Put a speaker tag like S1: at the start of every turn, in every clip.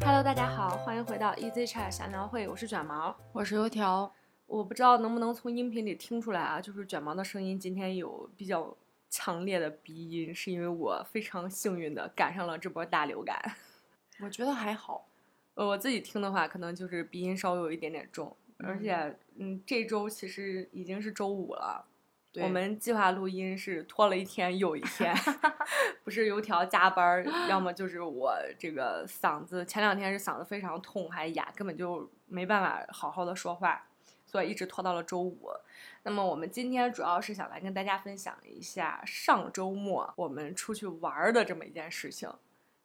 S1: Hello，大家好，欢迎回到 Easy Chat 闲聊会，我是卷毛。
S2: 我是油条，
S1: 我不知道能不能从音频里听出来啊，就是卷毛的声音今天有比较强烈的鼻音，是因为我非常幸运的赶上了这波大流感。
S2: 我觉得还好。
S1: 呃我自己听的话，可能就是鼻音稍微有一点点重，而
S2: 嗯
S1: 且嗯，这周其实已经是周五了。我
S2: 我们
S1: 们计划录音是拖了一天又一天，不是油条加班儿，要么就是我这个嗓子前两天是嗓子非常痛还哑，根本就没办法好好的说话，所以一直拖到了周五。那么我们今天主要是想来跟大家分享一下上周末我们出去玩儿的这么一件事情。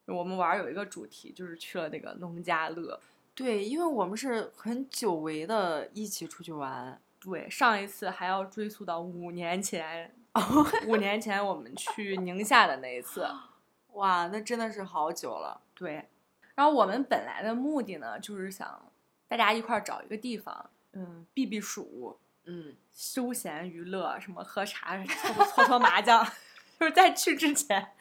S1: 我们玩儿有一个主题，就是去了那个农家乐。
S2: 对，因为我们是很久违的一起出去玩，
S1: 对，上一次还要追溯到五年前，五年前我们去宁夏的那一次。
S2: 哇，那真的是好久了。
S1: 对，然后我们本来的目的呢，就是想大家一块儿找一个地方，嗯，避避暑，
S2: 嗯，
S1: 休闲娱乐，什么喝茶、搓搓搓麻将， 就是在去之前，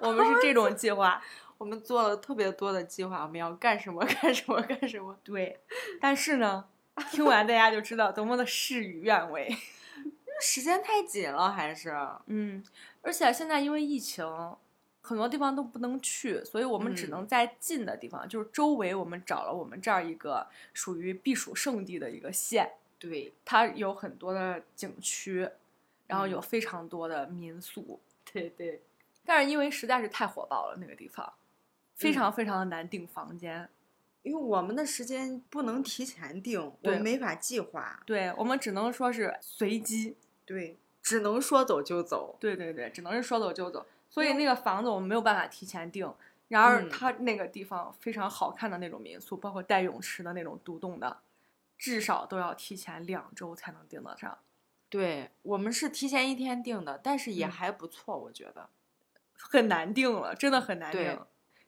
S1: 我们是这种计划。
S2: 我们做了特别多的计划，我们要干什么干什么干什么。
S1: 对，但是呢，听完大家就知道多么的事与愿违。
S2: 那时间太紧了，还是
S1: 嗯，而且现在因为疫情，很多地方都不能去，所以我们只
S2: 嗯
S1: 能在近的地方，就是周围我们找了我们这儿一个属于避暑胜地的一个县，
S2: 对
S1: 它有很多的景区，然后有
S2: 嗯
S1: 非常多的民宿，
S2: 对对，
S1: 但是因为实在是太火爆了那个地方，非
S2: 嗯
S1: 常非常的难订房间。
S2: 因为我们的时间不能提前定，我
S1: 对
S2: 们没法计划，
S1: 对我们只能说是随机，
S2: 对，只能说走就走。
S1: 对对对，只能是说走就走。所以
S2: 对
S1: 那个房子我们没有办法提前订，然而
S2: 嗯
S1: 它那个地方非常好看的那种民宿，包括带泳池的那种独栋的，至少都要提前两周才能订得上，
S2: 对我们是提前一天定的，但是也
S1: 嗯
S2: 还不错，我觉得。
S1: 很难订了，真的很难
S2: 对
S1: 订。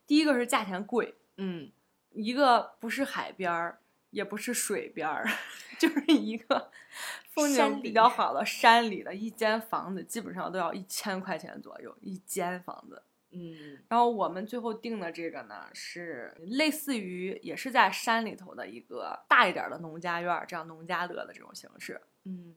S1: 第一个是价钱贵，
S2: 嗯，
S1: 一个不是海边儿，也不是水边儿， 就是一个风景
S2: 山
S1: 比
S2: 里
S1: 较好的山里的一间房子，基本上都要一千块钱左右一间房子。
S2: 嗯，
S1: 然后我们最后定的这个呢，是类似于也是在山里头的一个大一点儿的农家院儿，这样农家乐的这种形式。
S2: 嗯，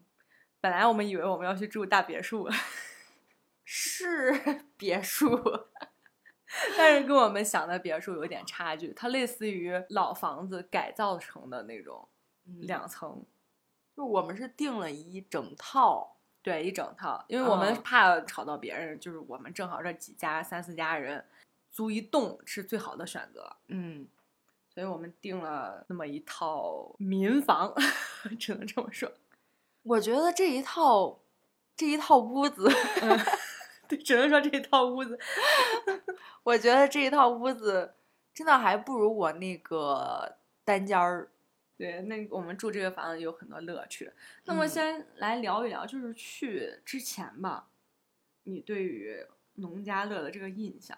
S1: 本来我们以为我们要去住大别墅，
S2: 是别墅。
S1: 但是跟我们想的别墅有点差距，它类似于老房子改造成的那种两层，
S2: 嗯就我们是订了一整套，
S1: 对，一整套。因为我们
S2: 嗯
S1: 怕吵到别人，就是我们正好这几家三四家人租一栋是最好的选择，
S2: 嗯，
S1: 所以我们订了那么一套民房， 只能这么说。
S2: 我觉得这一套这一套屋子，
S1: 对，只能说这套屋子，
S2: 我觉得这一套屋子真的还不如我那个单间儿。
S1: 对，那我们住这个房子有很多乐趣。那么
S2: 嗯
S1: 先来聊一聊，就是去之前吧，你对于农家乐的这个印象，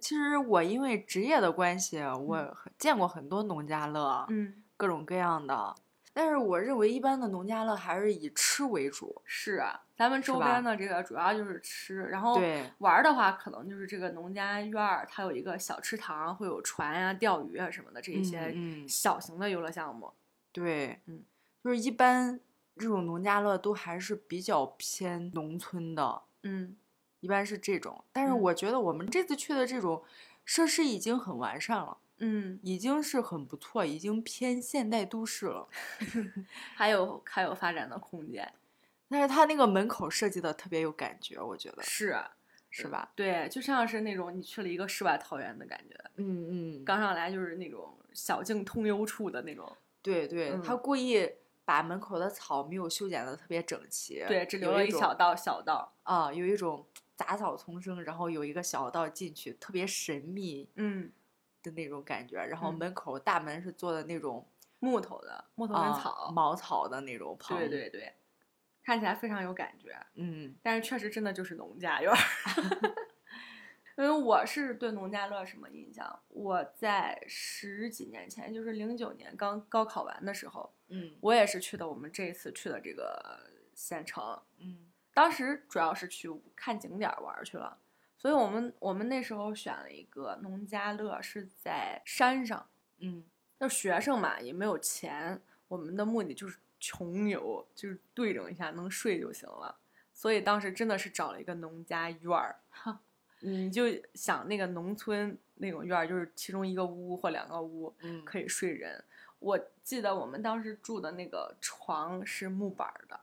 S2: 其实我因为职业的关系，我很见过很多农家乐，
S1: 嗯，
S2: 各种各样的。但是我认为一般的农家乐还是以吃为主。
S1: 是啊，咱们
S2: 是
S1: 周
S2: 吧
S1: 边的这个主要就是吃，然后
S2: 对
S1: 玩儿的话，可能就是这个农家院儿，它有一个小池塘，会有船啊、钓鱼啊什么的这一些
S2: 嗯嗯
S1: 小型的游乐项目。
S2: 对，
S1: 嗯，
S2: 就是一般这种农家乐都还是比较偏农村的，
S1: 嗯，
S2: 一般是这种。但是
S1: 嗯
S2: 我觉得我们这次去的这种设施已经很完善了，
S1: 嗯，
S2: 已经是很不错，已经偏现代都市了。
S1: 还有还有发展的空间。
S2: 但是它那个门口设计的特别有感觉，我觉得
S1: 是啊，
S2: 是
S1: 嗯
S2: 吧？？
S1: 对，就像是那种你去了一个世外桃源的感觉。
S2: 嗯嗯，
S1: 刚上来就是那种小径通幽处的那种，
S2: 对对，他
S1: 嗯
S2: 故意把门口的草没有修剪的特别整齐，
S1: 对，只
S2: 有
S1: 留了
S2: 一
S1: 一
S2: 种
S1: 小道小道。
S2: 啊，有一种杂草丛生，然后有一个小道进去，特别神秘。
S1: 嗯，
S2: 的那种感觉，然后
S1: 嗯
S2: 门口大门是做的那种
S1: 木头的木头跟
S2: 啊
S1: 草，
S2: 茅草的那种棚，
S1: 对对对，看起来非常有感觉，
S2: 嗯
S1: 但是确实真的就是农家院儿。 因为我是对农家乐什么印象？我在十几年前，就是零九年刚高考完的时候，
S2: 嗯
S1: 我也是去的我们这一次去的这个县城，
S2: 嗯
S1: 当时主要是去看景点儿玩儿去了，所以我们我们那时候选了一个农家乐，是在山上。
S2: 嗯，
S1: 那学生嘛，也没有钱，我们的目的就是穷游，就是对整一下能睡就行了。所以当时真的是找了一个农家院儿， 你就想那个农村那种院儿，就是其中一个屋或两个屋
S2: 嗯
S1: 可以睡人。我记得我们当时住的那个床是木板儿的，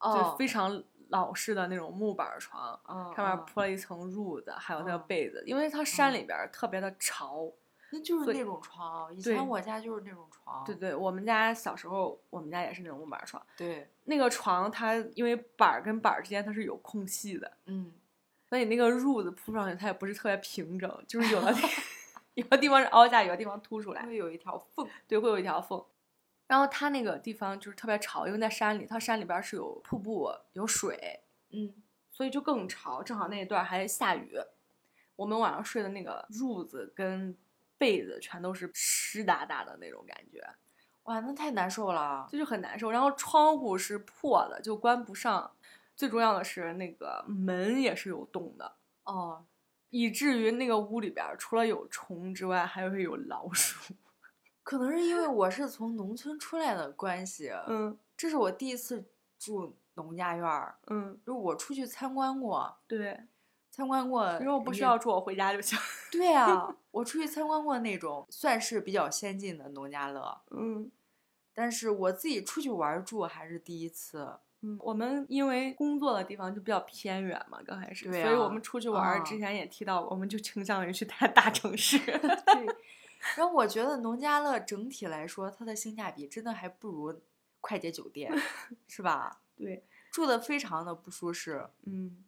S1: 就
S2: 哦，
S1: 非常老式的那种木板儿床，
S2: 哦
S1: 上面
S2: 哦
S1: 铺了一层褥子，还有那个
S2: 哦
S1: 被子，因为它山
S2: 嗯
S1: 里边儿特别的潮。
S2: 那就是
S1: 所以
S2: 那种床，以
S1: 对
S2: 前我家就是那种床，
S1: 对对，我们家小时候，我们家也是那种木板儿床。
S2: 对，
S1: 那个床它因为板儿跟板儿之间它是有空隙的，
S2: 嗯，
S1: 所以那个褥子铺上去它也不是特别平整，就是有的地有的地方是凹下，有的地方凸出来，
S2: 会有一条缝，
S1: 对，会有一条缝。然后它那个地方就是特别潮，因为在山里，它山里边儿是有瀑布、有水，
S2: 嗯
S1: 所以就更潮。正好那一段儿还下雨，我们晚上睡的那个褥子跟被子全都是湿哒哒的那种感觉。
S2: 哇，那太难受了，
S1: 就是很难受。然后窗户是破的，就关不上。最重要的是，那个门也是有洞的，
S2: 哦，
S1: 以至于那个屋里边儿除了有虫之外，还会有老鼠。
S2: 可能是因为我是从农村出来的关系，
S1: 嗯
S2: 这是我第一次住农家院儿，
S1: 嗯，
S2: 就是我出去参观过，
S1: 对。
S2: 参观过，
S1: 呃你说我不需要，住，我回家就行。
S2: 对啊，我出去参观过那种算是比较先进的农家乐，
S1: 嗯
S2: 但是我自己出去玩儿住还是第一次，
S1: 嗯，我们因为工作的地方就比较偏远嘛，刚开始，
S2: 对
S1: 所以
S2: 啊
S1: 我们出去玩儿之
S2: 啊
S1: 前也提到，我们就倾向于去大大城市。
S2: 对，然后我觉得农家乐整体来说，它的性价比真的还不如快捷酒 店，是吧？
S1: 对，
S2: 住的非常的不舒适。
S1: 嗯，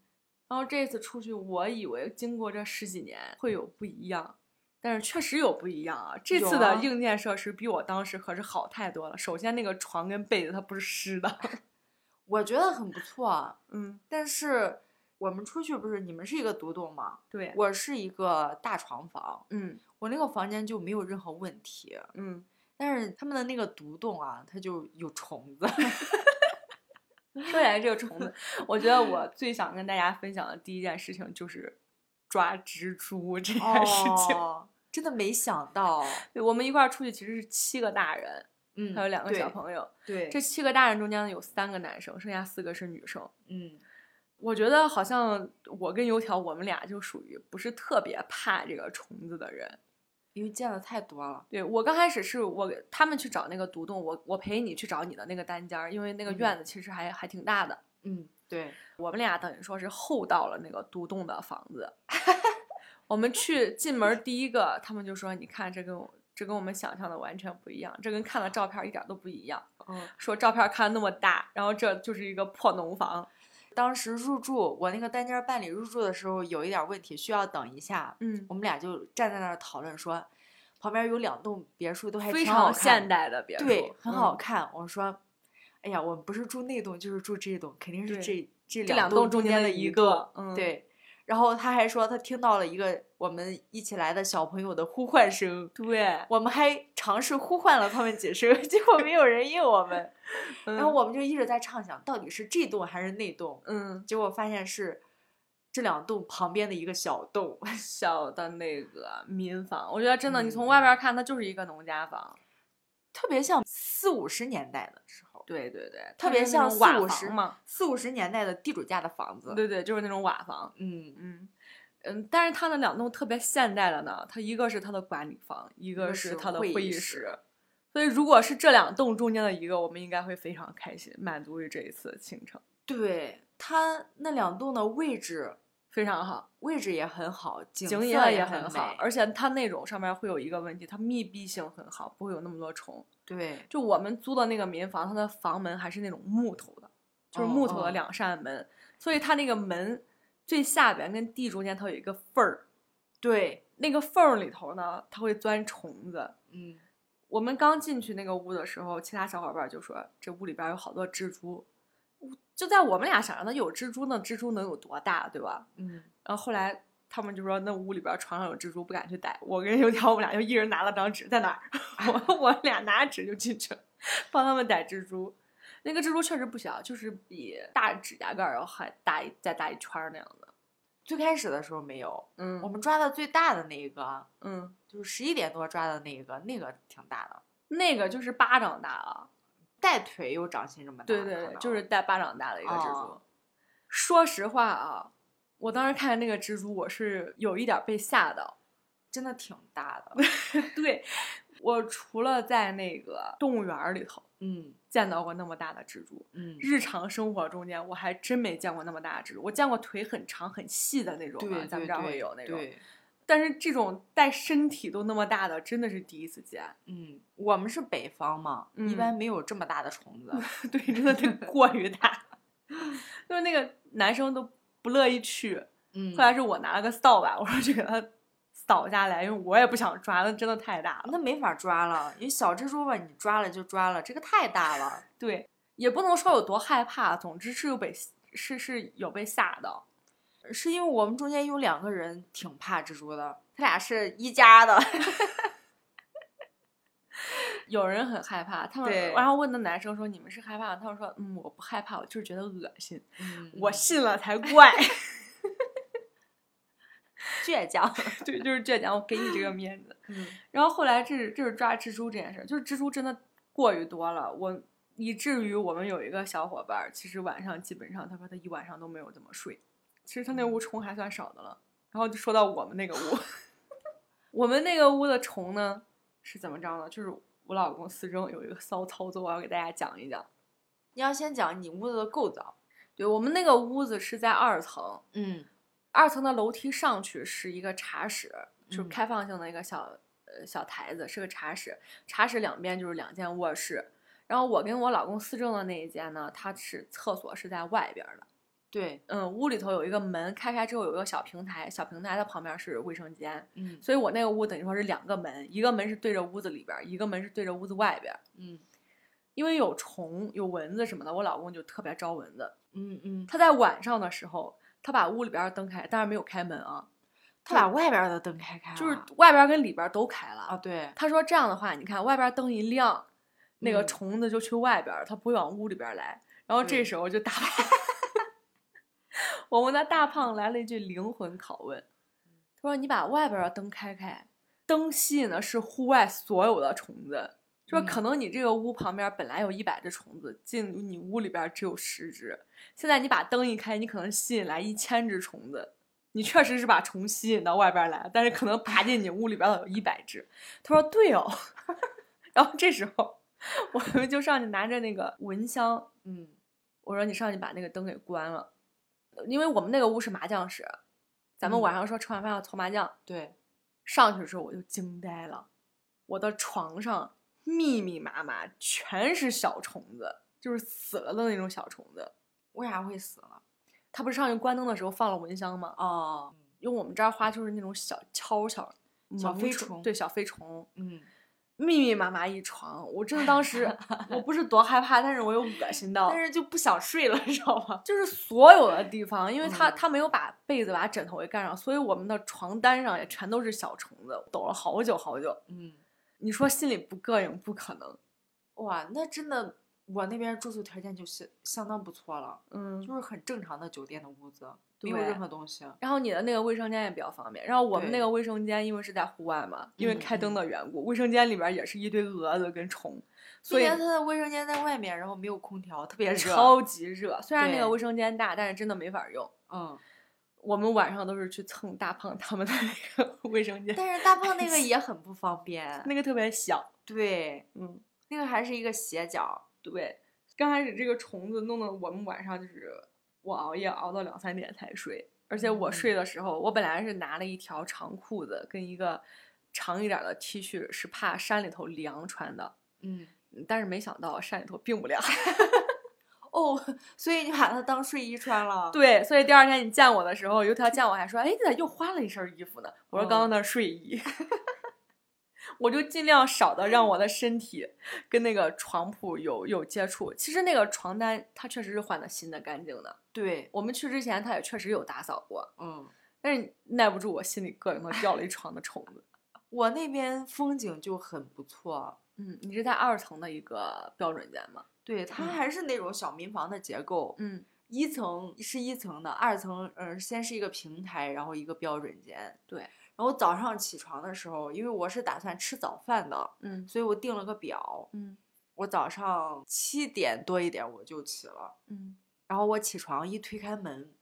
S1: 然后这次出去，我以为经过这十几年会有不一样，但是确实有不一样啊。这
S2: 有
S1: 次的
S2: 啊
S1: 硬件设施比我当时可是好太多了。首先，那个床跟被子它不是湿的，
S2: 我觉得很不错，
S1: 嗯，
S2: 但是我们出去不是你们是一个独栋嘛，
S1: 对，
S2: 我是一个大床房，
S1: 嗯
S2: 我那个房间就没有任何问题，
S1: 嗯，
S2: 但是他们的那个独栋啊，它就有虫
S1: 哦
S2: 子。
S1: 说起来这个虫子，我觉得我最想跟大家分享的第一件事情就是抓蜘蛛这件事情。
S2: 哦，真的没想到，
S1: 对，我们一块儿出去其实是七个大人，
S2: 嗯，
S1: 还有两个小
S2: 友，
S1: 朋友。
S2: 对，
S1: 这七个大人中间呢有三个男生，剩下四个是女生。
S2: 嗯，
S1: 我觉得好像我跟油条，我们俩就属于不是特别怕这个虫子的人。
S2: 因为见的太多了，
S1: 对我刚开始是我他们去找那个独栋，我我陪你去找你的那个单间儿，因为那个
S2: 嗯
S1: 院子其实还、还挺大的。
S2: 嗯，对，
S1: 我们俩等于说是后到了那个独栋的房子。 我们去进门儿第一个，他们就说：“你看，这跟我这跟我们想象的完全不一样，这跟看了照片儿一点儿都不一样。
S2: 嗯。
S1: 说照片儿看那么大，然后这就是一个破农房。
S2: 当时入住，我那个单间儿办理入住的时候有一点儿问题，需要等一下。
S1: 嗯，
S2: 我们俩就站在那儿讨论说，旁边有两栋别墅都还
S1: 非
S2: 挺好
S1: 常
S2: 看
S1: 现，代的别墅，
S2: 对，很
S1: 嗯
S2: 好看。我说，哎呀，我们不是住那栋就是住这栋，肯定是
S1: 对
S2: 这这
S1: 这两
S2: 栋
S1: 栋中
S2: 间
S1: 间
S2: 的
S1: 的
S2: 一
S1: 一
S2: 栋
S1: 个，嗯，
S2: 对。然后他还说，他听到了一个我们一起来的小朋友的呼唤声，
S1: 对，
S2: 我们还尝试呼唤了他们几声， 结果没有人应我们。
S1: 然
S2: 然后，我们就一直在畅想，到底是这栋还是那栋？
S1: 嗯，
S2: 结果发现是这两栋旁边的一个小洞，
S1: 小的那个民房，我觉得真的，你从
S2: 嗯
S1: 外边儿看，它就是一个农家房，
S2: 特别像四五十年代的时候，
S1: 对对对，
S2: 特
S1: 它
S2: 别
S1: 是那
S2: 像
S1: 种
S2: 四
S1: 瓦
S2: 五
S1: 房
S2: 十
S1: 嘛，
S2: 四五十年代的地主家的房子。
S1: 对对，就是那种瓦房，
S2: 嗯，
S1: 嗯。嗯，但是它的两栋特别现代的呢，它一个是它的管理房，一
S2: 个
S1: 个
S2: 是
S1: 是它的
S2: 会
S1: 会
S2: 议
S1: 议
S2: 室
S1: 室，所以如果是这两栋中间的一个，我们应该会非常开心，满足于这一次的行程，
S2: 对，它那两栋的位置
S1: 非常好。
S2: 位置也很好，景
S1: 景
S2: 色
S1: 也
S2: 很
S1: 很好
S2: 美，
S1: 而且它那种上面会有一个问题，它密闭性很好，不会有那么多虫。
S2: 对，
S1: 就我们租的那个民房，它的房门还是那种木头的，就是
S2: 哦
S1: 木头
S2: 哦
S1: 的两扇门，所以它那个门最下边跟地中间它有一个缝儿，
S2: 对，
S1: 那个缝儿里头呢，它会钻虫子。
S2: 嗯，
S1: 我们刚进去那个屋的时候，其他小伙伴就说这屋里边有好多蜘蛛，就在我们俩想象的有蜘蛛，那蜘蛛能有多大，对吧？
S2: 嗯，
S1: 然后后来他们就说那屋里边儿床上有蜘蛛，不敢去逮。我跟油条我们俩就一人拿了张纸，在哪儿？ 我我俩拿着纸就进去了，帮他们逮蜘蛛。那个蜘蛛确实不小，就是比大指甲盖儿要还大一再大一圈儿那样的。
S2: 最开始的时候没有，我
S1: 嗯
S2: 们抓的最大的那一个
S1: 嗯，
S2: 就是十一点多抓的那一个，那个挺大的，
S1: 那个就是巴掌大啊，
S2: 带腿有掌心这么大，
S1: 对
S2: 可
S1: 对对，
S2: 能
S1: 就是带巴掌大的一个蜘蛛。
S2: 哦
S1: 说实话啊，我当时看那个蜘蛛，我是有一点儿被吓到。
S2: 真的挺大的，
S1: 对，我除了在那个动物园儿里头
S2: 嗯
S1: 见到过那么大的蜘蛛，
S2: 嗯，
S1: 日常生活中间我还真没见过那么大的蜘蛛。我见过腿很长很细的那种、啊，
S2: 对，
S1: 咱们
S2: 对
S1: 这儿会
S2: 对
S1: 有那种。
S2: 对
S1: 但是这种带身体都那么大的，真的是第一次见。
S2: 嗯，我们是北方嘛，一
S1: 嗯
S2: 般没有这么大的虫 子，
S1: 对，真的是过于大， 就是那个男生都不乐意去。
S2: 嗯，
S1: 后来是我拿了个扫把，我说去给它扫下来，因为我也不想抓，那真的太大了。
S2: 那没法抓了，你小蜘蛛吧，你抓了就抓了，这个太大了，
S1: 对，也不能说有多害怕，总之是有被是是有被吓到。
S2: 是因为我们中间有两个人挺怕蜘蛛的，他俩是一家的，
S1: 有人很害怕，他们
S2: 对
S1: 然后问那男生说：“你们是害怕吗？”他们说：“嗯，我不害怕，我就是觉得恶心。
S2: 嗯
S1: 我
S2: 嗯
S1: 信了才怪。
S2: 倔强，
S1: 对，就是倔强，我给你这个面子。
S2: 嗯
S1: 然后后来这是这是抓蜘蛛这件事儿，就是蜘蛛真的过于多了，我以至于我们有一个小伙伴儿，其实晚上基本上他说他一晚上都没有怎么睡，其实他
S2: 嗯
S1: 那屋虫还算少的了。然后就说到我们那个屋， 我们那个屋的虫呢是怎么着呢？就是我老公思征有一个骚操作，我要给大家讲一讲。
S2: 你要先讲你屋子的构造，
S1: 对我们那个屋子是在二层，
S2: 嗯
S1: 二层的楼梯上去是一个茶室，就是
S2: 嗯
S1: 开放性的一个小、呃小台子，是个茶室。茶室两边就是两间卧室。然后我跟我老公思政的那一间呢，它是厕所是在外边儿的。
S2: 对，
S1: 嗯，屋里头有一个门，开开之后有一个小平台，小平台的旁边是卫生间，
S2: 嗯
S1: 所以我那个屋等于说是两个门，一个门是对着屋子里边儿，一个门是对着屋子外边儿。
S2: 嗯
S1: 因为有虫、有蚊子什么的，我老公就特别招蚊子。
S2: 嗯嗯，
S1: 他在晚上的时候，他把屋里边儿的灯开，当然没有开门啊，
S2: 他把外边儿的灯开开了，
S1: 就是外边儿跟里边儿都开了
S2: 啊，对，
S1: 他说这样的话，你看外边灯一亮，那个
S2: 嗯
S1: 虫子就去外边儿，它不会往屋里边儿来。然后这
S2: 对
S1: 时候就大胖， 我们的大胖来了一句灵魂拷问，他说：“你把外边儿的灯开开，灯吸引的是户外所有的虫子。”说
S2: 嗯
S1: 可能你这个屋旁边本来有一百只虫子，进你屋里边儿只有十只，现在你把灯一开，你可能吸引来一千只虫子。你确实是把虫吸引到外边儿来，但是可能爬进你屋里边儿的有一百只。他说对哦， 然后这时候我们就上去拿着那个蚊香，
S2: 嗯
S1: 我说你上去把那个灯给关了，因为我们那个屋是麻将室，咱们
S2: 嗯
S1: 晚上说吃完饭要搓麻将，
S2: 对，
S1: 上去的时候我就惊呆了，我的床上密密麻麻全是小虫子，就是死了的那种小虫子。
S2: 为啥会死了？
S1: 他不是上去关灯的时候放了蚊香吗？
S2: 哦，
S1: 用我们这儿话就是那种小敲小
S2: 小
S1: 萌
S2: 飞虫
S1: 对小飞虫，
S2: 嗯，
S1: 密密麻麻一床，我真的当时 我不是多害怕，但是我又恶心到
S2: 但，是就不想睡了，知道吗？
S1: 就是所有的地方，因为他
S2: 嗯
S1: 他没有把被子把枕头给盖上，所以我们的床单上也全都是小虫子，抖了好久好久。
S2: 嗯，
S1: 你说心里不膈应不可能，
S2: 哇，那真的，我那边住宿条件就是相当不错了，
S1: 嗯。
S2: 就是很正常的酒店的屋子，没有
S1: 对
S2: 任何东西。
S1: 然后你的那个卫生间也比较方便，然后我们那
S2: 对
S1: 个卫生间因为是在户外嘛，因为
S2: 嗯
S1: 开灯
S2: 嗯
S1: 的缘故，卫生间里边也是一堆蛾子跟虫，所
S2: 今
S1: 以
S2: 年他的卫生间在外面，然后没有空调，特别热。
S1: 超级热。虽然那个
S2: 对
S1: 卫生间大，但是真的没法用。
S2: 嗯，
S1: 我们晚上都是去蹭大胖他们的那个 卫生间，
S2: 但是大胖那个也很不方便
S1: 。那个特别小。
S2: 对，
S1: 嗯，
S2: 那个还是一个斜角。
S1: 对。刚开始这个虫子弄得我们晚上就是我熬夜熬到两三点才睡，而且我
S2: 嗯
S1: 睡的时候，我本来是拿了一条长裤子跟一个长一点的 T 恤，是怕山里头凉穿的，
S2: 嗯，
S1: 嗯但是没想到山里头并不凉。
S2: 哦， 所以你把它当睡衣穿了。，
S1: 对，所以第二天你见我的时候，油条见我还说：“哎，你咋又换了一身衣服呢？”我说：“刚刚那是睡衣。 我就尽量少的让我的身体跟那个床铺有有接触。其实那个床单它确实是换的新的、干净的。
S2: 对，
S1: 我们去之前它也确实有打扫过，
S2: 嗯，
S1: 但是耐不住我心里膈应的掉了 一床的虫子。
S2: 我那边风景就很不错。
S1: 嗯，你是在二层的一个标准间吗？
S2: 对，它
S1: 嗯
S2: 还是那种小民房的结构，
S1: 嗯
S2: 一层是一层的，二层呃先是一个平台，然后一个标准间。
S1: 对
S2: 然后早上起床的时候，因为我是打算吃早饭的，
S1: 嗯
S2: 所以我定了个表，
S1: 嗯
S2: 我早上七点多一点我就起了，
S1: 嗯，
S2: 然后我起床一推开门，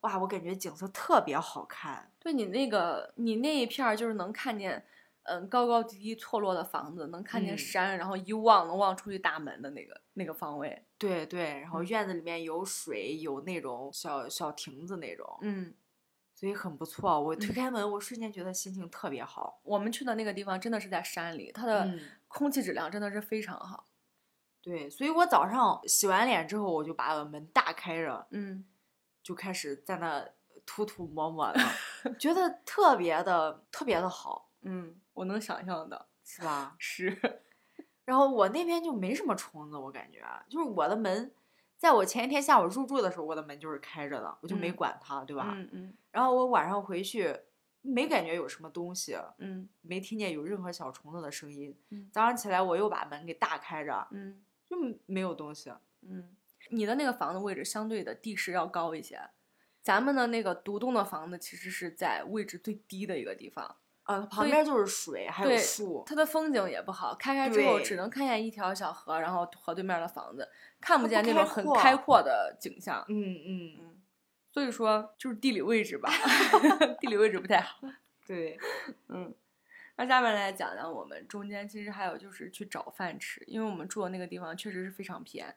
S2: 哇，我感觉景色特别好看。
S1: 对你那个你那一片儿就是能看见，嗯、高高低低错落的房子，能看见
S2: 嗯
S1: 山，然后一望能望出去大门的那个那个方位。
S2: 对对，然后
S1: 嗯
S2: 院子里面有水，有那种小小亭子那种，
S1: 嗯，
S2: 所以很不错。我推
S1: 嗯
S2: 开门，我瞬间觉得心情特别好。
S1: 我们去的那个地方真的是在山里，它的
S2: 嗯
S1: 空气质量真的是非常好。
S2: 对，所以我早上洗完脸之后，我就把门大开着，
S1: 嗯
S2: 就开始在那呃涂涂 抹抹的，觉得特别的特别的好，
S1: 嗯，我能想象到，
S2: 是吧？
S1: 是，
S2: 然后我那边就没什么虫子，我感觉啊就是我的门，在我前一天下午入住的时候，我的门就是开着的，我就没
S1: 嗯
S2: 管它，对吧？
S1: 嗯嗯
S2: 然后我晚上回去，没感觉有什么东西，
S1: 嗯
S2: 没听见有任何小虫子的声音。
S1: 嗯
S2: 早上起来我又把门给大开着，
S1: 嗯
S2: 就没有东西。
S1: 嗯，你的那个房子位置相对的地势要高一些，咱们的那个独栋的房子其实是在位置最低的一个地方，
S2: 呃，旁
S1: 以
S2: 边就是水，还有
S1: 对
S2: 树。
S1: 它的风景也不好，开开之后
S2: 对
S1: 只能看见一条小河，然后河对面的房子，看不
S2: 它不
S1: 见那
S2: 开
S1: 种很
S2: 阔
S1: 开阔的景象。
S2: 嗯嗯，
S1: 嗯，所以说就是地理位置吧， 地理位置不太 好。
S2: 对，
S1: 嗯，那下面来讲讲我们中间其实还有就是去找饭吃，因为我们住的那个地方确实是非常偏，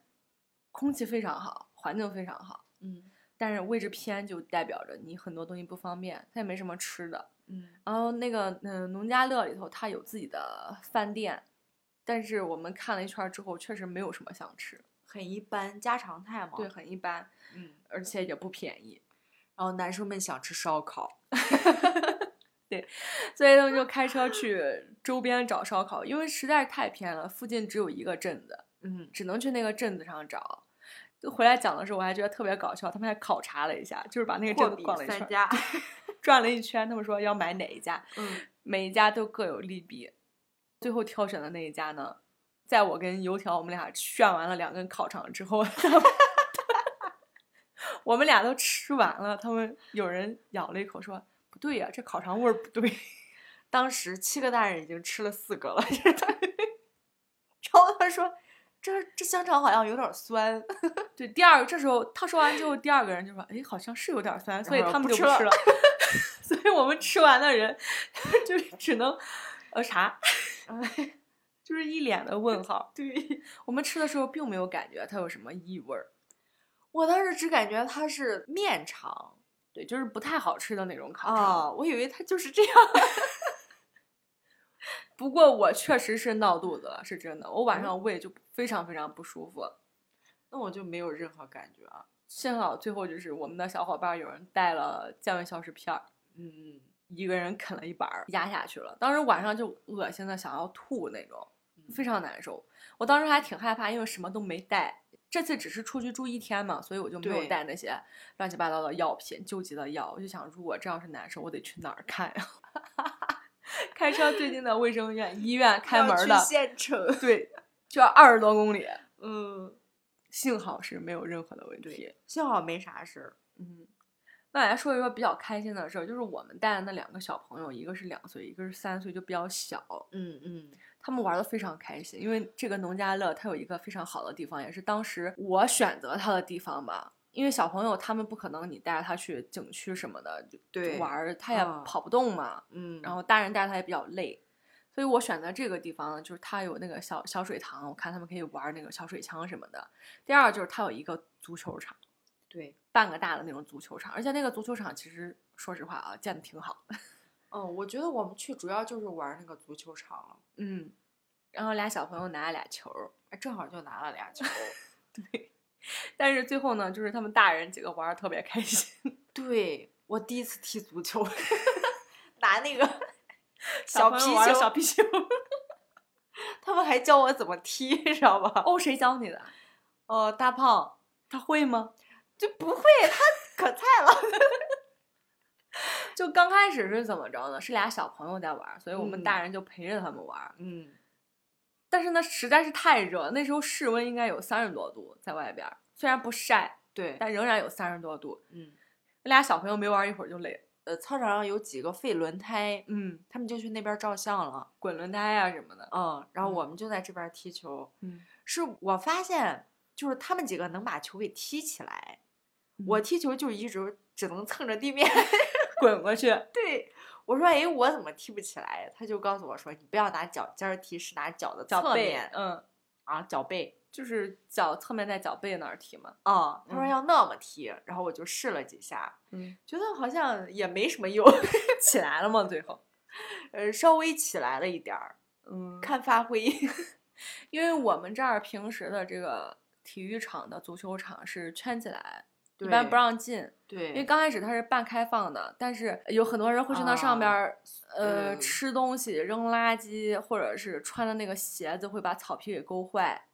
S1: 空气非常好，环境非常好，
S2: 嗯
S1: 但是位置偏就代表着你很多东西不方便，它也没什么吃的。
S2: 嗯
S1: 然后那个嗯、呃农家乐里头它有自己的饭店，但是我们看了一圈儿之后，确实没有什么想吃，
S2: 很一般，家常菜嘛。
S1: 对，，很一般，
S2: 嗯。
S1: 而且也不便宜。
S2: 然后男生们想吃烧烤，
S1: 所以他们就开车去周边找烧烤，因为实在是太偏了，附近只有一个镇子，
S2: 嗯，
S1: 只能去那个镇子上找。就回来讲的时候，我还觉得特别搞笑，他们还考察了一下，就是把那个
S2: 货
S1: 镇子
S2: 比
S1: 逛了一
S2: 三
S1: 圈，
S2: 家。
S1: 转了一圈，他们说要买哪一家，
S2: 嗯，
S1: 每一家都各有利弊，最后挑选的那一家呢，在我跟油条我们俩炫完了两根烤肠之后， 他们我们俩都吃完了，他们有人咬了一口说不对呀、这烤肠味儿不对。
S2: 当时七个大人已经吃了四个了， 就是他然后他说：“这这香肠好像有点酸。
S1: 对，第二个这时候他说完之后，第二个人就说：“哎，好像是有点酸，所以
S2: 然后
S1: 他们
S2: 不
S1: 就
S2: 吃
S1: 不
S2: 了。
S1: 吃了。” 所以我们吃完的人 就是只能呃 啥，哎就是一脸的问号
S2: 对，
S1: 我们吃的时候并没有感觉它有什么异味儿，
S2: 我当时只感觉它是面肠
S1: 对，就是不太好吃的那种烤肠。
S2: 啊、我以为它就是这样。
S1: 不过我确实是闹肚子了，是真的，我晚上胃就非常非常不舒服。
S2: 那我就没有任何感觉啊。
S1: 幸好最后就是我们的小伙伴有人带了降胃消食片儿，
S2: 嗯
S1: 一个人啃了一板儿压下去了，当时晚上就恶心的想要吐那种，
S2: 嗯
S1: 非常难受。我当时还挺害怕，因为什么都没带。这次只是出去住一天嘛，所以我就没有
S2: 对
S1: 带那些乱七八糟的药品、救急的药。我就想，如果这要是难受，我得去哪儿看呀？ 开车最近的卫生院、医院开门的，
S2: 县城。
S1: 对，就要二十多公里。
S2: 嗯，
S1: 幸好是没有任何的问题
S2: 对。，幸好没啥事儿。
S1: 嗯，那来说一个比较开心的事儿，就是我们带的那两个小朋友，一个是两岁，一个是三岁，就比较小。
S2: 嗯嗯
S1: 他们玩的非常开心，因为这个农家乐它有一个非常好的地方，也是当时我选择它的地方吧。因为小朋友他们不可能你带着他去景区什么的就
S2: 对
S1: 玩儿，他也
S2: 嗯
S1: 跑不动嘛。
S2: 嗯，
S1: 然后大人带着他也比较累，所以我选择这个地方呢，就是它有那个小小水塘，我看他们可以玩儿那个小水枪什么的。第二就是它有一个足球场，
S2: 对，
S1: 半个大的那种足球场，而且那个足球场其实说实话啊，建的挺好。
S2: 嗯，我觉得我们去主要就是玩那个足球场了，
S1: 嗯，然后俩小朋友拿了俩球儿，
S2: 哎正好就拿了俩球。
S1: 但是最后呢，就是他们大人几个玩的特别开心，
S2: 对我第一次踢足球，拿那个
S1: 朋
S2: 皮
S1: 友玩的
S2: 球，
S1: 小皮球。
S2: 他们还教我怎么踢，知道吧？
S1: 哦，谁教你的？ 呃
S2: 哦，大胖
S1: 他会吗？
S2: 就不会，他可菜了。
S1: 就刚开始是怎么着呢？是俩小朋友在玩儿，所以我们
S2: 嗯
S1: 大人就陪着他们玩儿。
S2: 嗯，
S1: 但是呢，实在是太热，那时候室温应该有三十多度，在外边儿虽然不晒，
S2: 对，
S1: 但仍然有三十多度。
S2: 嗯，
S1: 俩小朋友没玩一会儿就累了，
S2: 呃，操场上有几个废轮胎，
S1: 嗯，
S2: 他们就去那边照相了。
S1: 滚轮胎啊什么的，
S2: 嗯，然后
S1: 嗯
S2: 我们就在这边踢球。
S1: 嗯，
S2: 是我发现，就是他们几个能把球给踢起来，我
S1: 我
S2: 踢球就一直只能蹭着地面。
S1: 滚过去，
S2: 对，我说哎，我怎么踢不起来？他就告诉我说，你不要拿脚尖儿踢，是拿脚的
S1: 脚
S2: 侧
S1: 背，
S2: 面
S1: 嗯，
S2: 啊，脚背。
S1: 就是脚侧面在脚背那儿踢嘛，
S2: 啊、他说
S1: 嗯
S2: 要那么踢，然后我就试了几下，
S1: 嗯，
S2: 觉得好像也没什么用，
S1: 起来了吗？最后，
S2: 呃，稍微起来了一点儿，
S1: 嗯，
S2: 看发挥。
S1: 因为我们这儿平时的这个体育场的足球场是圈起来，一般不
S2: 对
S1: 让进，
S2: 对，
S1: 因为刚开始它是半开放的，但是有很多人会去那上边
S2: 啊
S1: 儿、呃
S2: 嗯
S1: 吃东西、扔垃圾，或者是穿的那个鞋子会把草皮给勾坏，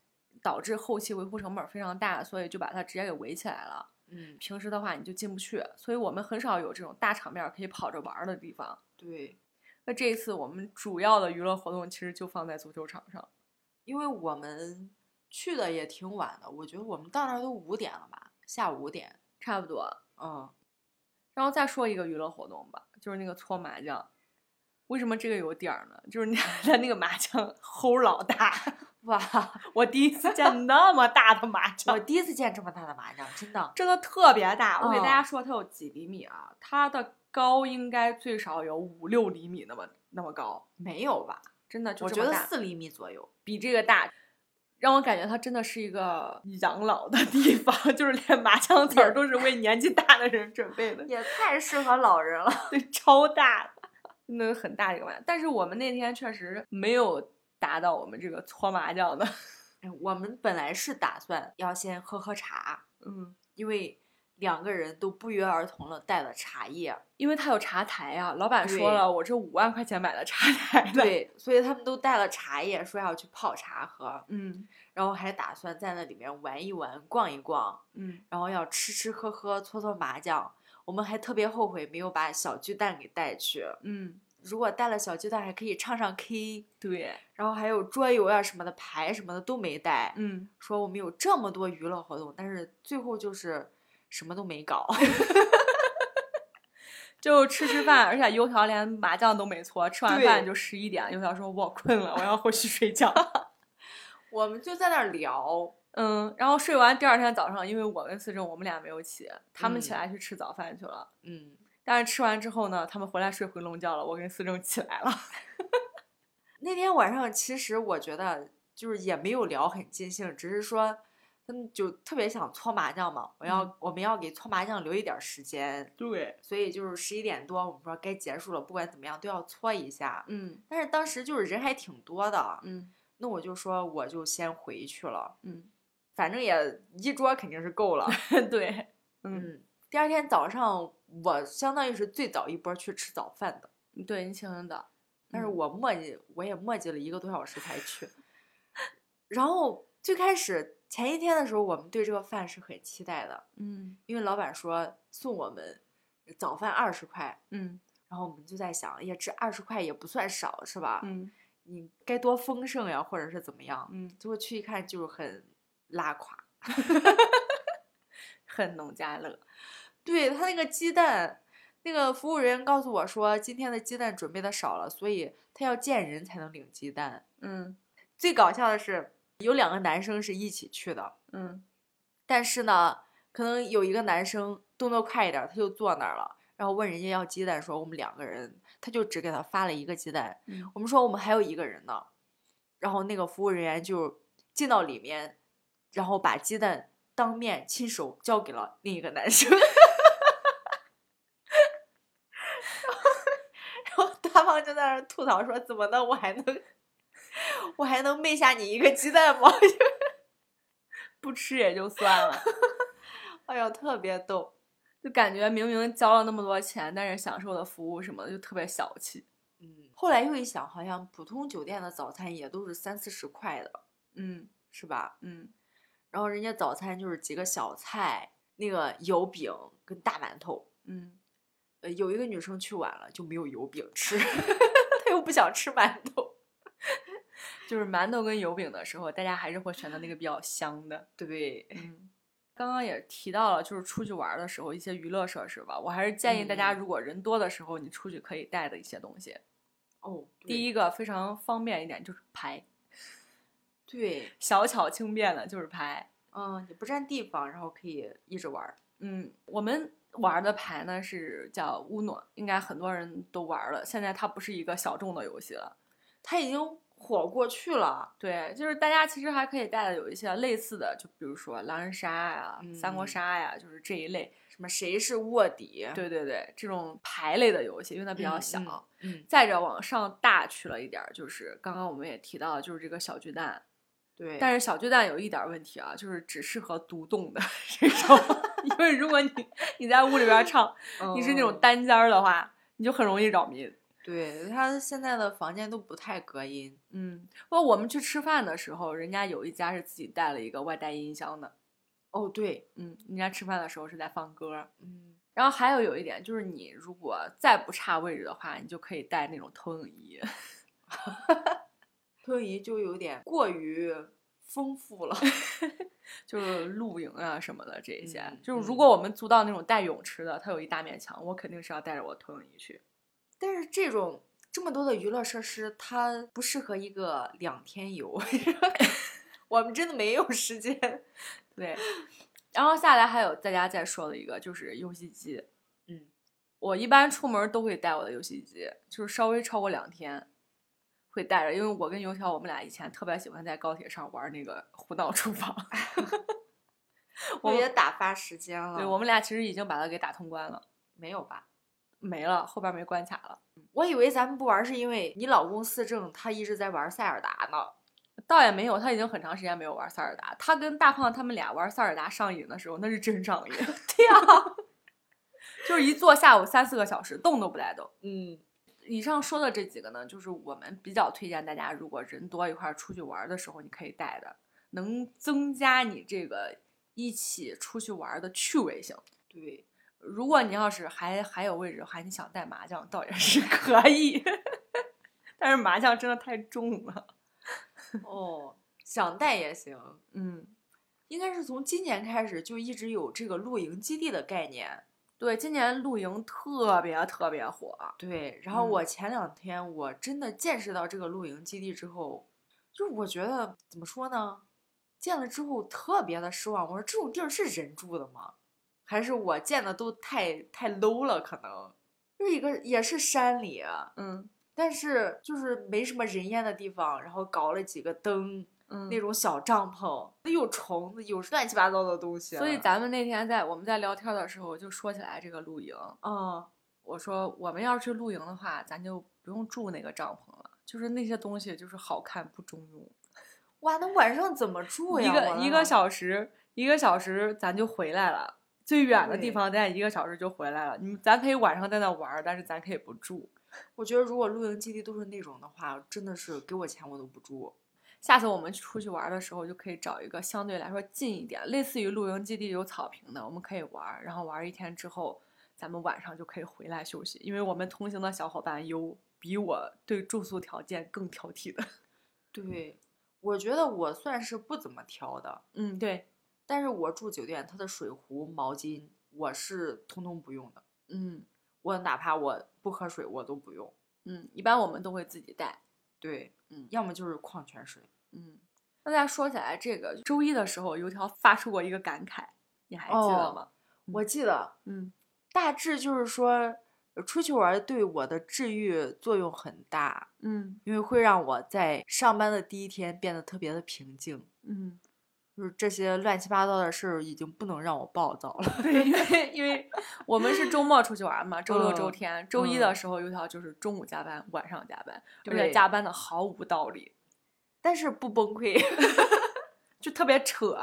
S1: 导致后期维护成本儿非常大，所以就把它直接给围起来了。
S2: 嗯，
S1: 平时的话你就进不去，所以我们很少有这种大场面儿可以跑着玩儿的地方。
S2: 对，
S1: 那这一次我们主要的娱乐活动其实就放在足球场上，
S2: 因为我们去的也挺晚的，我觉得我们到那儿都五点了吧，下午五点。
S1: 差不多。
S2: 嗯，
S1: 然后再说一个娱乐活动吧，就是那个搓麻将。为什么这个有点儿呢？就是他 他那个麻将齁老大，
S2: 哇，
S1: 我第一次 见那么大的麻
S2: 我
S1: 将，
S2: 第一次见这么大的麻将，真的。
S1: 真的特别大。我给大家
S2: 嗯
S1: 说，它有几厘米啊？它的高应该最少有五六厘米那么那么高，
S2: 没有吧？
S1: 真的就
S2: 我
S1: 这
S2: 觉
S1: 么
S2: 得
S1: 大，
S2: 四厘米左右。
S1: 比这个大。让我感觉它真的是一个养老的地方， 就是连麻将子儿都是为年纪大的人准备的。
S2: 也太适合老人了。
S1: 对，超大的，真的很大一个麻将。但是我们那天确实没有达到我们这个搓麻将的，
S2: 哎 我们本来是打算要先喝喝茶，
S1: 嗯，
S2: 因为两个人都不约而同了带了茶叶，
S1: 因为他有茶台呀、老板说
S2: 对
S1: 了，我这五万块钱买的茶台的，，
S2: 对，所以他们都带了茶叶，说要去泡茶喝，
S1: 嗯
S2: 然后还打算在那里面玩一玩、逛一逛，
S1: 嗯，
S2: 然后要吃吃喝喝、搓搓麻将。我们还特别后悔没有把小巨蛋给带去，
S1: 嗯，
S2: 如果带了小巨蛋，还可以唱唱 K，
S1: 对，
S2: 然后还有桌游呀、什么的、牌什么的都没带。
S1: 嗯，
S2: 说我们有这么多娱乐活动，但是最后就是什么都没搞。
S1: 就吃吃饭，而且油条连麻将都没搓，吃完
S2: 对
S1: 饭就十一点，油条说我困了，我要回去睡觉。
S2: 我们就在那儿聊，
S1: 嗯，然后睡完第二天早上，因为我跟思政我们俩没有起，他们起
S2: 嗯
S1: 来去吃早饭去了。
S2: 嗯，
S1: 但是吃完之后呢，他们回来睡回笼觉了，我跟思政起来了。
S2: 那天晚上其实我觉得就是也没有聊很尽兴，只是说他们就特别想搓麻将嘛，我要、
S1: 嗯
S2: 我们要给搓麻将留一点儿时间，
S1: 对，
S2: 所以就是十一点多我们说该结束了，不管怎么样都要搓一下。
S1: 嗯
S2: 但是当时就是人还挺多的，
S1: 嗯
S2: 那我就说我就先回去了，
S1: 嗯，
S2: 反正也一桌肯定是够了。
S1: 对，嗯，
S2: 嗯，第二天早上我相当于是最早一波去吃早饭的，
S1: 对你请人的，
S2: 但是
S1: 嗯
S2: 我磨叽，我也磨叽了一个多小时才去。然后最开始前一天的时候，我们对这个饭是很期待的，
S1: 嗯
S2: 因为老板说送我们早饭二十块，
S1: 嗯
S2: 然后我们就在想，哎呀，这二十块也不算少是吧？
S1: 嗯
S2: 你该多丰盛呀，或者是怎么样？
S1: 嗯，
S2: 结果去一看就是很拉垮，
S1: 很农家乐，
S2: 对他那个鸡蛋，那个服务人员告诉我说，今天的鸡蛋准备的少了，所以他要见人才能领鸡蛋。
S1: 嗯
S2: 最搞笑的是，有两个男生是一起去的，
S1: 嗯
S2: 但是呢，可能有一个男生动作快一点儿，他就坐那儿了，然后问人家要鸡蛋，说我们两个人，他就只给他发了一个鸡蛋。
S1: 嗯
S2: 我们说我们还有一个人呢，然后那个服务人员就进到里面，然后把鸡蛋当面亲手交给了另一个男生。 然后大方就在那儿吐槽说：“怎么的，我还能，我还能昧下你一个鸡蛋吗？”
S1: 不吃也就算了，
S2: 哎呦，特别逗。
S1: 就感觉明明交了那么多钱，但是享受的服务什么的就特别小气。
S2: 嗯，后来又一想，好像普通酒店的早餐也都是三四十块的，
S1: 嗯
S2: 是吧？
S1: 嗯
S2: 然后人家早餐就是几个小菜，那个油饼跟大馒头。
S1: 嗯，
S2: 呃，有一个女生去晚了就没有油饼吃， 她又不想吃馒头。
S1: 就是馒头跟油饼的时候，大家还是会选择那个比较香的。
S2: 对，
S1: 嗯，刚刚也提到了，就是出去玩儿的时候一些娱乐设施吧，我还是建议大家，
S2: 嗯
S1: 如果人多的时候，你出去可以带的一些东西。
S2: 哦，
S1: 第
S2: 一
S1: 一个非常方便一点就是牌，
S2: 对，
S1: 小巧轻便的就是牌。
S2: 嗯，你不占地方，然后可以一直玩儿。
S1: 嗯，我们玩的牌呢是叫乌诺，应该很多人都玩了。现在它不是一个小众的游戏了。
S2: 它已经火过去了，
S1: 对，就是大家其实还可以带的有一些类似的，就比如说狼人杀呀、三国
S2: 嗯
S1: 杀呀，就是这一类。
S2: 什么谁是卧底？，
S1: 对对对，这种牌类的游戏，因为它比较
S2: 嗯
S1: 小。
S2: 嗯，
S1: 再者往上大去了一点儿，就是刚刚我们也提到，就是这个小巨蛋。
S2: 对。
S1: 但是小巨蛋有一点儿问题啊，就是只适合独栋的 这种，因为如果你你在屋里边儿唱，
S2: 是
S1: 你是那种单间儿的话，你就很容易扰民。
S2: 嗯对，它现在的房间都不太隔音。
S1: 嗯，不过我们去吃饭的时候，人家有一家是自己带了一个外带音箱的，
S2: 哦，对，
S1: 嗯，人家吃饭的时候是在放歌儿。
S2: 嗯，
S1: 然后还有有一点就是，你如果再不差位置的话，你就可以带那种投影仪。
S2: 投影仪就有点过于丰富了。
S1: 就是露营啊什么的这一些。
S2: 嗯
S1: 就是如
S2: 嗯
S1: 果我们租到那种带泳池的，它有一大面墙，我肯定是要带着我投影仪去。
S2: 但是这种这么多的娱乐设施，它不适合一个两天游。 我们真的没有时间。
S1: 对，然后下来还有大家再说的一个就是游戏机。
S2: 嗯，
S1: 我一般出门都会带我的游戏机，就是稍微超过两天。会带着，因为我跟油条，我们俩以前特别喜欢在高铁上玩那个《胡闹厨房》 我
S2: 我
S1: 们
S2: 也打发时间了。
S1: 对，我们俩其实已经把它给打通关了，
S2: 没有吧？
S1: 没了，后边没关卡了。
S2: 我以为咱们不玩儿是因为你老公思政，他一直在玩塞尔达呢。
S1: 倒也没有，他已经很长时间没有玩塞尔达。他跟大胖他们俩玩塞尔达上瘾的时候，那是真上 瘾。对呀、
S2: 啊
S1: 就是一坐下午三四个小时，动都不带动。
S2: 嗯，
S1: 以上说的这几个呢，就是我们比较推荐大家，如果人多一块儿出去玩的时候，你可以带的，能增加你这个一起出去玩的趣味性。呃
S2: 对。
S1: 如果你要是还还有位置的话，你想带麻将倒也是 可以，但是麻将真的太重了。
S2: 哦，想带也行。
S1: 嗯。
S2: 应该是从今年开始就一直有这个露营基地的概念。
S1: 对，今年露营特别特别火，
S2: 对，然后我
S1: 嗯
S2: 前两天我真的见识到这个露营基地之后，就是我觉得怎么说呢，见了之后特别的失望。我说这种地儿是人住的吗？还是我见的都太太 low 了？可能就是一个也是山里，啊
S1: 嗯
S2: 但是就是没什么人烟的地方，然后搞了几个灯，
S1: 嗯
S2: 那种小帐篷，那有虫子，有乱七八糟的东西。
S1: 所以，咱们那天在我们在聊天的时候就说起来这个露营，
S2: 嗯，
S1: 我说我们要是去露营的话，咱就不用住那个帐篷了，就是那些东西就是好看不中用，
S2: 哇，那晚上怎么住呀？
S1: 一
S2: 我
S1: 个
S2: 的
S1: 一个
S2: 妈
S1: 小时一个小时咱就回来了。最远的地
S2: 对
S1: 方，咱也一个小时就回来了。你咱可以晚上在那玩儿，但是咱可以不住。
S2: 我觉得如果露营基地都是那种的话，真的是给我钱我都不住。
S1: 下次我们出去玩儿的时候，就可以找一个相对来说近一点，类似于露营基地有草坪的，我们可以玩儿。然后玩儿一天之后，咱们晚上就可以回来休息，因为我们同行的小伙伴有比我对住宿条件更挑剔的。
S2: 对，嗯我觉得我算是不怎么挑的，
S1: 嗯，对，
S2: 但是我住酒店，它的水壶、毛巾我是通通不用的，
S1: 嗯
S2: 我哪怕我不喝水我都不用。
S1: 嗯，一般我们都会自己带。
S2: 对，
S1: 嗯
S2: 要么就是矿泉水。
S1: 嗯，那再说起来这个，周一的时候，油条发出过一个感慨，你还记得
S2: 哦
S1: 吗？
S2: 我记得
S1: 嗯
S2: 大致就是说，呃出去玩儿对我的治愈作用很大，
S1: 嗯
S2: 因为会让我在上班的第一天变得特别的平静。
S1: 嗯，
S2: 就是这些乱七八糟的事儿已经不能让我暴躁了。
S1: 对，因为因为我们是周末出去玩嘛，周六、周
S2: 嗯
S1: 天、周一的
S2: 嗯
S1: 时候，油条就是中午加班，晚上加班，而且
S2: 对
S1: 加班的毫无道理，
S2: 但是不崩 溃，
S1: 就特别扯。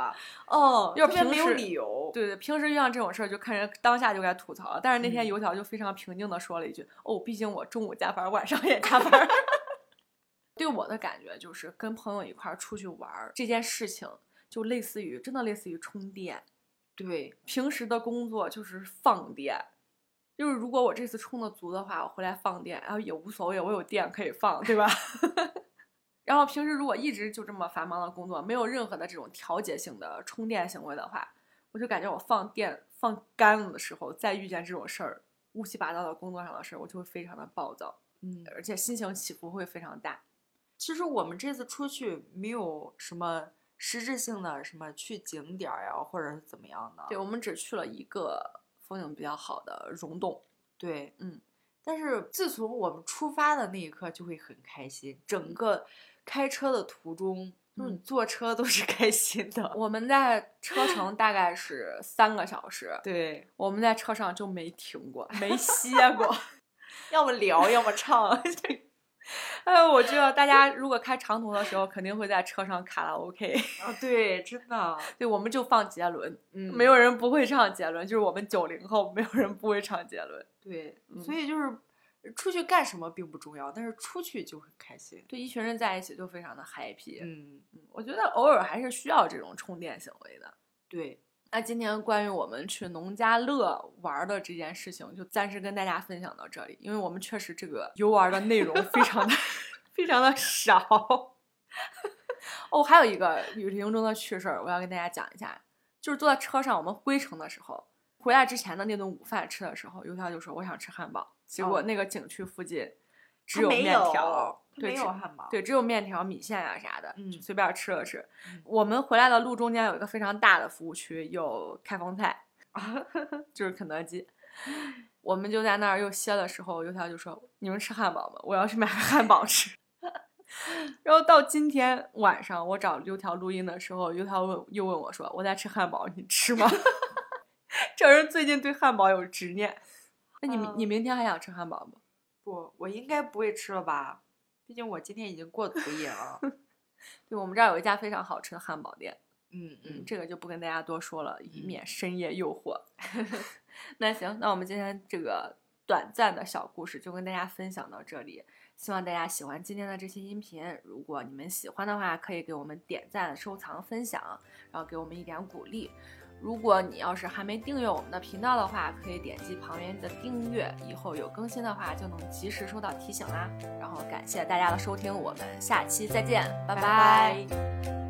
S2: 哦
S1: 要
S2: 特别
S1: 平
S2: 没有
S1: 时
S2: 理由。
S1: 对对，平时遇上这种事儿，就看人当下就该吐槽了。但是那天
S2: 嗯
S1: 油条就非常平静的说了一句：“哦，毕竟我中午加班，晚上也加班儿。” 对我的感觉就是，跟朋友一块儿出去玩儿这件事情，就类似于真的类似于充电。
S2: 对
S1: 平时的工作就是放电，就是如果我这次充的足的话，我回来放电，然后也无所谓，我有电可以放，对吧？ 然后平时如果一直就这么繁忙的工作，没有任何的这种调节性的充电行为的话，我就感觉我放电放干了的时候，再遇见这种事儿，乌七八糟的工作上的事儿，我就会非常的暴躁，
S2: 嗯，
S1: 而且心情起伏会非常大。
S2: 其实我们这次出去没有什么实质性的什么去景点儿呀、或者是怎么样的。
S1: 对我们只去了一个风景比较好的溶洞，
S2: 对，
S1: 嗯。
S2: 但是自从我们出发的那一刻就会很开心，整个开车的途中，就是你
S1: 嗯
S2: 坐车都是 开心的。
S1: 我们在车程大概是三个小时，
S2: 对，
S1: 我们在车上就没停过，没歇过。
S2: 要么聊，要么
S1: 啊
S2: 唱。
S1: 哎，我知道大家如果开长途的时候，肯定会在车上卡拉 OK。
S2: 啊，对，真的，
S1: 对，我们就放杰伦，
S2: 嗯，
S1: 没有人不会唱杰伦，就是我们九零后没有人不会唱杰伦。
S2: 对，
S1: 嗯
S2: 所以就是出去干什么并不重要，但是出去就很开心。
S1: 对，一群人在一起就非常的 happy。
S2: 嗯，
S1: 嗯我觉得偶尔还是需要这种充电行为的。
S2: 对，
S1: 那今天关于我们去农家乐玩儿的这件事情，就暂时跟大家分享到这里，因为我们确实这个游玩儿的内容非常 的非常的少。 哦，还有一个旅行中的趣事儿，我要跟大家讲一下，就是坐在车上，我们归程的时候，回来之前的那顿午饭吃的时候，油条就说我想吃汉堡，结果
S2: 哦
S1: 那个景区附近只
S2: 它
S1: 有
S2: 没
S1: 面条，
S2: 它
S1: 对
S2: 没
S1: 只
S2: 有汉堡，
S1: 对，只有面条、米线啊啥的，
S2: 嗯
S1: 随便吃了吃
S2: 嗯。
S1: 我们回来的路中间有一个非常大的服务区，有开封 菜，就是肯德基。我们就在那儿又歇的时候，油条就说：“你们吃汉堡吗？我要去买个汉堡吃。” 然后到今天晚上，我找油条录音的时候，油条问又问我说：“我在吃汉堡，你吃吗？” 这人最近对汉堡有执念。那你明、你
S2: 嗯
S1: 明天还想吃汉堡吗？
S2: 不，我应该不会吃了吧？毕竟我今天已经过足夜 了。
S1: 对我们这儿有一家非常好吃的汉堡店，
S2: 嗯
S1: 嗯，
S2: 嗯，
S1: 这个就不跟大家多说了，以
S2: 嗯
S1: 免深夜诱惑。 那行，那我们今天这个短暂的小故事就跟大家分享到这里，希望大家喜欢今天的这期音频。如果你们喜欢的话，可以给我们点赞、收藏、分享，然后给我们一点鼓励。如果你要是还没订阅我们的频道的话，可以点击旁边的订阅，以后有更新的话就能及时收到提醒啦。然后感谢大家的收听，我们下期再见，拜
S2: 拜拜
S1: 拜